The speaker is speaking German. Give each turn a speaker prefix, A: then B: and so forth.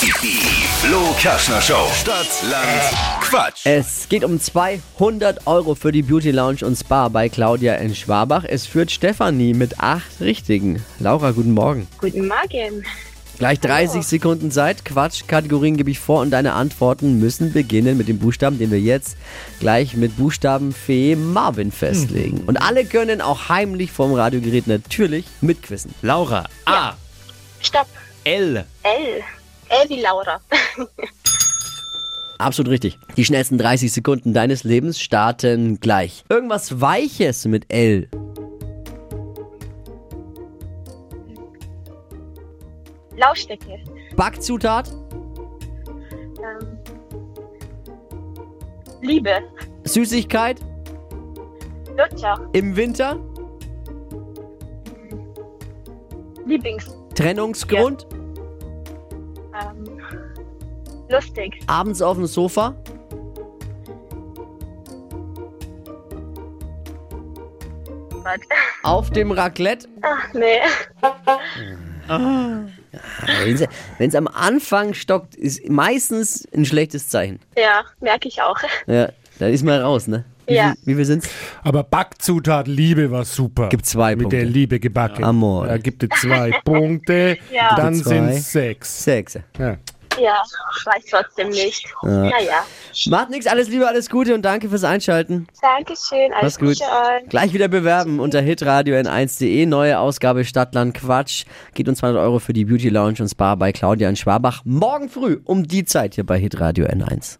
A: Die Flo Kaschner Show. Stadt, Land, Quatsch.
B: Es geht um 200 Euro für die Beauty Lounge und Spa bei Claudia in Schwabach. Es führt Stefanie mit acht Richtigen. Laura, guten Morgen.
C: Guten Morgen.
B: Gleich 30 Sekunden Zeit. Quatsch, Kategorien gebe ich vor und deine Antworten müssen beginnen mit dem Buchstaben, den wir jetzt gleich mit Buchstabenfee Marvin festlegen. Und alle können auch heimlich vom Radiogerät natürlich mitquissen.
D: Laura, A,
C: Stopp.
D: L.
C: L. L wie Laura.
B: Absolut richtig. Die schnellsten 30 Sekunden deines Lebens starten gleich. Irgendwas Weiches mit L.
C: Lautstärke.
B: Backzutat,
C: Ähm. Liebe.
B: Süßigkeit,
C: Lutscher.
B: im Winter,
C: Lieblings.
B: Trennungsgrund,
C: Ähm. Lustig.
B: abends auf dem Sofa,
C: Was?
B: auf dem Raclette.
C: Ach, nee.
B: Wenn es am Anfang stockt, ist meistens ein schlechtes Zeichen.
C: Ja, merke ich auch.
B: Ja, dann ist man raus, ne? Wie
C: Ja.
B: Viel, wie viel sind's?
E: Aber Backzutat Liebe war super.
B: Gibt zwei
E: Mit
B: Punkte.
E: der Liebe gebacken.
B: Amor.
E: Da gibt es zwei Punkte.
C: Ja.
E: Dann
B: Gibt es zwei.
E: sind es sechs.
B: Sechs.
E: Ja.
C: Ja, ich weiß trotzdem nicht. Naja.
B: Macht nix, alles Liebe, alles Gute und danke fürs Einschalten.
C: Dankeschön.
B: Mach's
C: Alles
B: gut.
C: Gute euch.
B: Gleich wieder bewerben unter hitradio n1.de. Neue Ausgabe Stadtland Quatsch. Geht uns 200 Euro für die Beauty Lounge und Spa bei Claudia in Schwabach. Morgen früh um die Zeit hier bei hitradio n1.